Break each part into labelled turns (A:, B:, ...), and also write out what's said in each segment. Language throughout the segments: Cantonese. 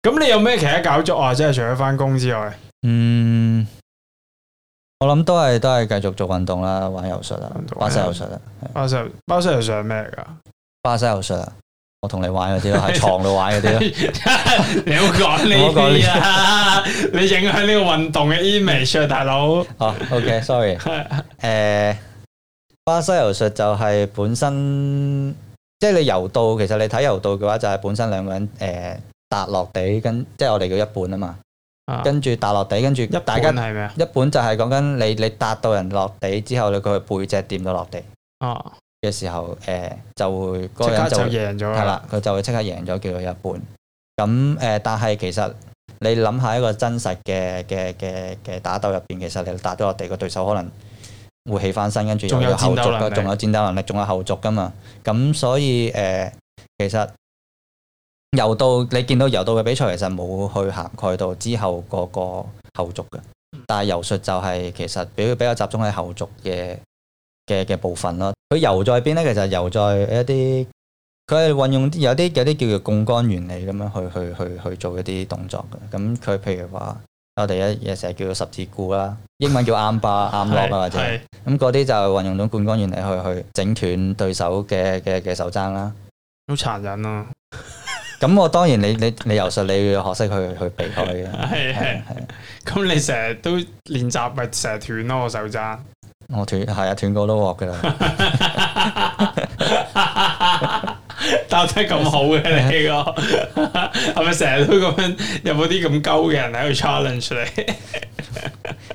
A: 咁你有咩其他搞作啊？即係除咗翻工之外，
B: 嗯，我諗都係都係繼續做運動啦，玩游術啊
A: 運，動
B: 巴西游術啊，
A: 包西包西又上咩嚟噶？
B: 巴西游術啊，我同你玩嗰啲 咯，喺床度玩嗰啲咯，
A: 你唔好講呢
B: 啊唔好講呢
A: 啲啊！你影響呢個運動嘅 image 啊，大佬。
B: 哦，OK，sorry，誒，巴西游術就係本身，即係你柔道，其實你睇柔道嘅話，就係本身兩個人誒踏落地，跟即係我哋叫一本啊嘛，
A: 啊
B: 跟住踏落地，跟住
A: 一
B: 大家
A: 半係咩啊？
B: 一本就係講緊你你踏到人落地之後，你佢背脊掂到落地
A: 哦，
B: 嘅時候，誒就會
A: 即
B: 嗰個
A: 刻
B: 人就
A: 就
B: 會
A: 贏咗
B: 係
A: 啦。
B: 啦，佢就會即刻贏咗叫做一半。咁誒、呃但係其實你諗下一個真實嘅嘅嘅嘅打鬥入邊，其實你打咗落地個對手可能會起翻身，跟住又
A: 仲有
B: 後
A: 戰鬥
B: 續
A: 能
B: 噶，
A: 力
B: 仲有戰鬥能力，仲有後續噶嘛。咁所以誒、呃其實柔道你見到柔道嘅比賽，其實冇去涵蓋到之後嗰個後續嘅。但係柔術就係其實比比較集中喺後續嘅嘅嘅部分咯。佢柔在邊咧？其實柔在一啲佢係運用啲有啲有啲叫做槓桿原理咁樣去去去去做一啲動作嘅。咁佢譬如話，我哋一嘢成日叫做十字固啦，英文叫啱巴啱落啊，或 者
A: 係
B: 咁嗰啲就運用到槓桿原理去去整斷對手嘅嘅嘅手踭啦。
A: 好殘忍啊！
B: 咁我當然你你你柔術你要學識去去避開 嘅，
A: 係係
B: 係，係
A: 咁你成日都練習咪成日斷咯，我手 踭。
B: 我斷係啊斷過都鑊㗎啦。
A: 答得咁好嘅你呢個係咪成日都咁樣？有冇啲咁鳩嘅人喺度 challenge 你？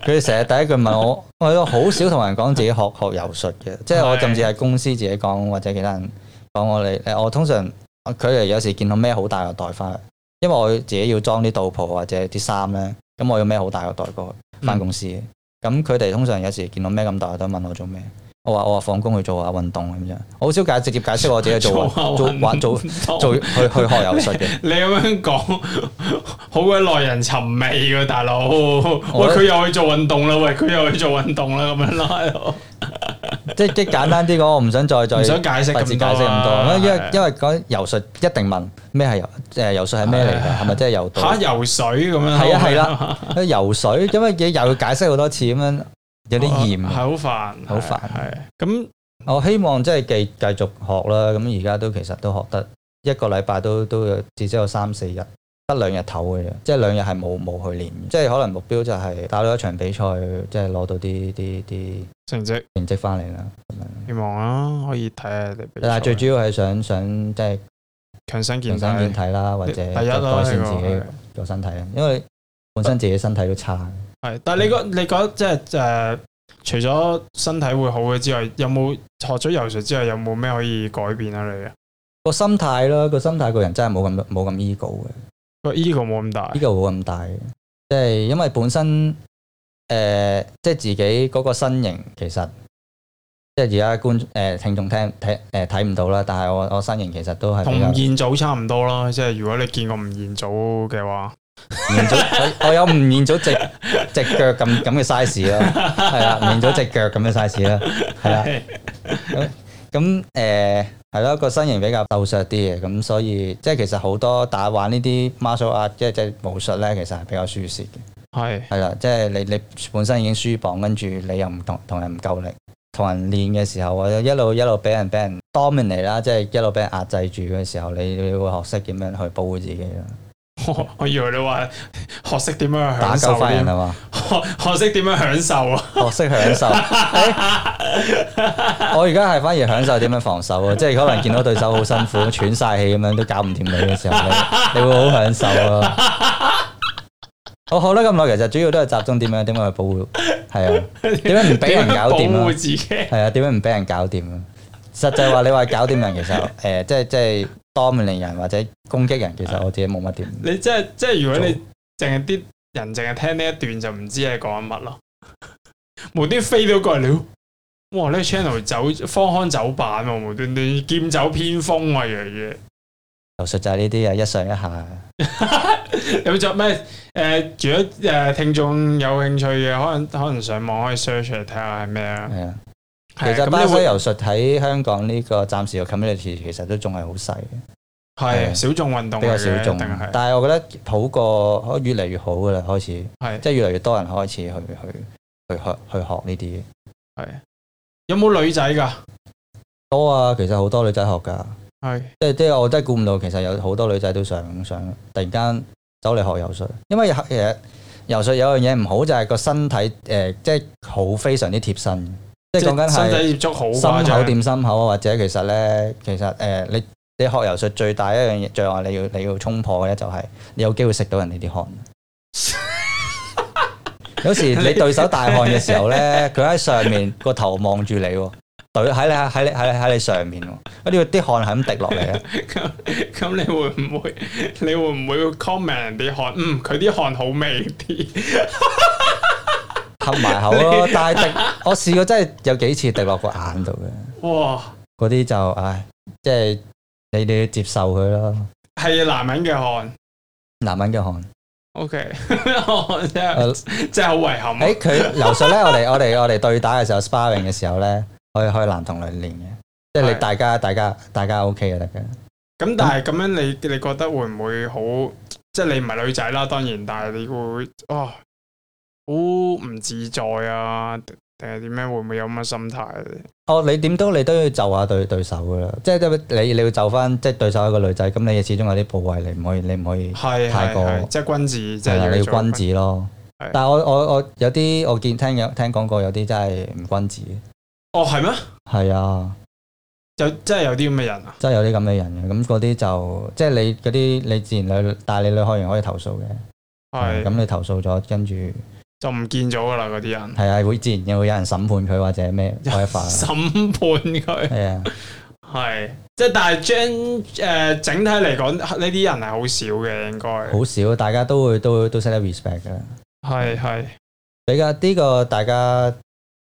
B: 佢哋成日第一句問我， 我都好少同人講自己學學柔術嘅，即係我
A: 係
B: 甚至係公司自己講，或者其他人講我哋。誒，我通常佢哋有時見到孭好大個袋翻去，因為我自己要裝啲道袍或者啲衫咧，咁我要孭好大個袋過去
A: 嗯
B: 翻公司。咁佢哋通常有時見到孭咁大個袋，問我做咩？我話我話放工去做下運動咁樣，我好少解直接解釋我自己做
A: 做下
B: 做玩做
A: 運動
B: 做去去學柔術嘅。
A: 你咁樣講，好鬼耐人尋味喎，大佬。喂，佢又去做運動啦，喂，佢又去做運動啦，咁樣咯喺度，
B: 即即簡單啲講，我唔想再再
A: 唔想解釋咁多啊
B: 費事解釋咁多，因為因為
A: 係
B: 因為講柔術一定問咩係柔誒柔術係咩嚟㗎？係咪即係柔道？
A: 嚇游水咁樣。
B: 係啊係啦，游水因為嘢又要解釋好多次咁樣，有啲
A: 哦係
B: 厭。
A: 好煩，
B: 好煩
A: 係咁
B: 我希望即係繼繼續學啦。咁而家都其實都學得一個禮拜都都有至少有三四日，得兩日唞嘅啫。即係兩日係冇冇去練，即係可能目標就係打到一場比賽，即係攞到啲啲啲
A: 成績
B: 成績翻嚟啦。
A: 希望啊啦，可以睇下你比賽。
B: 但係最主要係想想即係。
A: 強身健
B: 健
A: 體，
B: 身健體啦，或者
A: 第一
B: 改
A: 啦
B: 善
A: 呢個
B: 自己個身體啦，因為本身自己身體都差。
A: 係，但係你覺
B: 嗯
A: 你覺得即係誒、呃除咗身體會好嘅之外，有冇學咗游水之後，有冇咩可以改變啊？你啊，
B: 個心態啦，個心態個人真係冇咁冇咁 ego
A: 個 ego 冇咁大
B: 嘅，ego 冇咁大嘅，即係因為本身誒、呃即係自己嗰個身形其實即係而家觀誒、呃、聽眾聽睇誒睇唔到啦，但係我我身形其實都係
A: 同
B: 比較
A: 吳彥祖差唔多啦。即係如果你見過吳彥祖嘅話，
B: 面咗，我我有唔面咗直直腳咁咁嘅 size 啦，係啊，面咗直腳咁嘅 size 啦，係啊。咁誒係咯，個身形比較瘦削啲嘅，咁所以即係其實好多打玩呢啲 martial art，即係即係武術咧，其實係比較舒適嘅，
A: 係
B: 係啦，即係你你本身已經輸磅，跟住你又唔同同人唔夠力，同人練嘅時候，或者一路一路俾人俾人 dominate 啦，即係一路俾人壓制住嘅時候，你你會學識點樣去保護自己啦，
A: 我我以為你話學識點樣去
B: 打
A: 享
B: 救
A: 受
B: 翻人啊
A: 添，
B: 係嘛，
A: 學學識點樣享受啊！
B: 學哦識 享受。我而家係反而享受點樣防守啊！即係可能見到對手好辛苦，喘晒氣咁樣都搞唔掂你嘅時候，你你會好享受啊！我學得咁耐，其實主要都係集中點樣點樣去保護，係啊，點樣唔俾人搞
A: 點
B: 掂
A: 樣
B: 啊
A: 保護？自己
B: 係啊，點樣唔俾人搞掂啊？實際話你話搞掂人，其實誒、呃即係即係 dominate 人或者攻擊人，其
A: 啊
B: 實我自己冇乜點。
A: 你即係即係如果你淨係啲人淨係聽呢一段就唔知你講緊乜咯，無端飛到過嚟了。哇！呢、個 channel 走方康走板喎、無端端劍走偏鋒啊，樣嘢。
B: 柔術就係呢啲啊，一上一下。
A: 有咗咩？誒、如果誒、聽眾有興趣嘅，可能可能上網可以 search 嚟睇下係咩啊。
B: 係啊，其
A: 係啊
B: 實
A: 咁
B: 巴
A: 你
B: 西
A: 會
B: 柔術喺香港呢個暫時嘅 community 其實都仲係好細嘅。
A: 係
B: 係
A: 小眾運動
B: 比
A: 嚟
B: 較
A: 嘅，
B: 小眾
A: 一定係，
B: 但係我覺得好過越嚟越好噶啦，開始
A: 係
B: 即係越嚟越多人開始去去去學去學呢啲
A: 係有冇女仔㗎？
B: 多啊。其實好多女仔學㗎，
A: 係
B: 即係即係我真係估唔到，其實有好多女仔都想想突然間走嚟學游水，因為其實游水有樣嘢唔好就係個身體誒、呃即係好非常之貼身，即係講緊
A: 身
B: 係。
A: 體接觸好
B: 心
A: 誇
B: 口
A: 張，
B: 掂心口啊，或者其實咧，其實誒、呃你你學游水最大一樣嘢障礙，你要你要衝破嘅咧，就係你有機會食到人哋啲 汗。有時你對手大汗嘅時候咧，佢喺上面個頭望住你喎，懟喺你喺你喺你喺你上面喎，跟住啲汗係咁滴落嚟啊！
A: 咁咁你會唔會？你會唔會 comment 人哋汗？嗯，佢啲汗好味啲，
B: 合埋 口咯，但係滴，我試過真係有幾次滴落個眼度嘅，
A: 哇！
B: 嗰啲就唉，即係你哋要接受佢咯，
A: 係男人嘅汗。
B: 男人嘅汗。
A: OK，我真係真係好遺憾啊。
B: 呃 誒佢游水咧，我哋我哋我哋對打嘅時候，sparring 嘅時候咧，可以可以男同女練嘅，即係
A: 係
B: 你大家大家大家 OK 就得嘅。
A: 咁但係咁樣你你覺得會唔會好？即係你唔係女仔啦，當然，但係你會哦，好唔自在啊，定定係點樣？會唔會有咁嘅心態？
B: 哦，你點都你都要就下對對手噶啦，即係你你要就翻，即係對手係一個女仔，咁你始終有啲部位你唔可以你唔可以
A: 係
B: 太
A: 係
B: 過
A: 係，即係君子，即
B: 係
A: 係
B: 啦，你
A: 做
B: 要君子咯
A: 係。
B: 但係我我我有啲我見聽有聽講過有啲真係唔君子，
A: 哦，係咩？
B: 係啊。
A: 有真係有啲咁嘅人啊？
B: 真係有啲咁嘅人嘅，咁嗰啲就即係你嗰啲你自然女，但係你女學員可以投訴嘅，
A: 係
B: 嗯咁你投訴咗，跟住
A: 就唔見咗噶啦，嗰啲人
B: 係啊，會自然又會有人審判佢或者 咩開法啦。
A: 審判佢
B: 係啊，
A: 係即係，但係將誒整體嚟講，呢啲人係好少嘅，應該
B: 好少，大家都會都都識得 respect 嘅。
A: 係係
B: 比較呢個大家，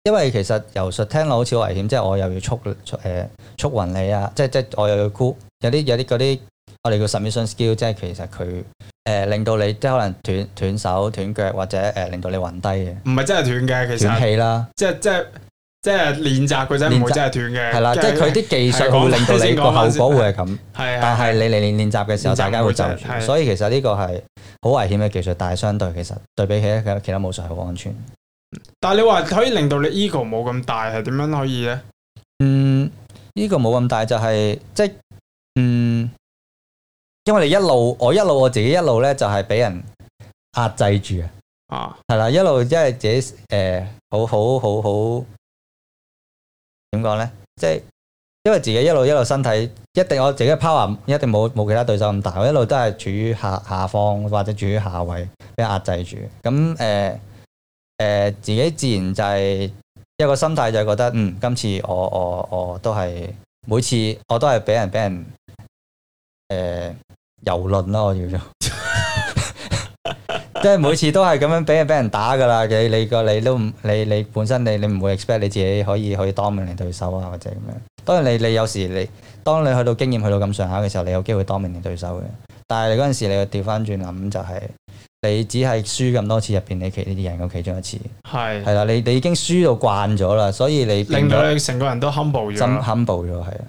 B: 因為其實游術聽落好似好危險，即係我又要速速誒速暈你啊，即係即係我又要 cool，有啲有啲嗰啲我哋叫 submission skill，即係其實佢誒、呃令到你即係可能斷斷手斷腳或者誒、呃令到你暈低嘅
A: 唔係真係斷嘅，其實
B: 斷氣啦，
A: 即係即係即係練習嗰陣唔會真係斷嘅，
B: 係啦，即係佢啲
A: 係
B: 技術
A: 講
B: 會令到你個後果會係咁。
A: 係
B: 但
A: 係
B: 係你嚟練練習嘅時
A: 練習
B: 候，大家會就
A: 會就係
B: 住，所以其實呢個係好危險嘅技術，但係相對其實對比起其其他武術係好安全。
A: 但係你話可以令到你 ego 冇咁大，係點樣可以咧？
B: 嗯，呢、個冇咁大就係、即係嗯，因為你一路我一路我自己一路咧就係、俾人壓制住啊，
A: 啊，
B: 係啦，一路因為自己誒、呃好好好好點講咧，即係因為自己一路一路身體一定我自己嘅 power 一定冇冇其他對手咁大，我一路都係處於下下方或者處於下位，俾人壓制住。咁誒誒，自己自然就係一個心態，就係覺得嗯，今次我我我都係每次我都係俾人俾人呃誒遊論啦，我叫做。 即係每次都係咁樣俾人俾人打㗎啦，你你個你都唔你你本身你你唔會 expect 你自己可以可以 dominate 對手啊，或者咁樣。當然你你有時你當你去到經驗去到咁上下嘅時候，你有機會 dominate 對手嘅。但係你嗰陣時你要調翻轉諗就係、你只係輸咁多次入邊，你其你贏過其中一次，
A: 係
B: 係啦，你你已經輸到慣咗啦，所以你變
A: 令到
B: 咗
A: 你成個人都 humble
B: 心
A: 咗，
B: humble 咗，係啊，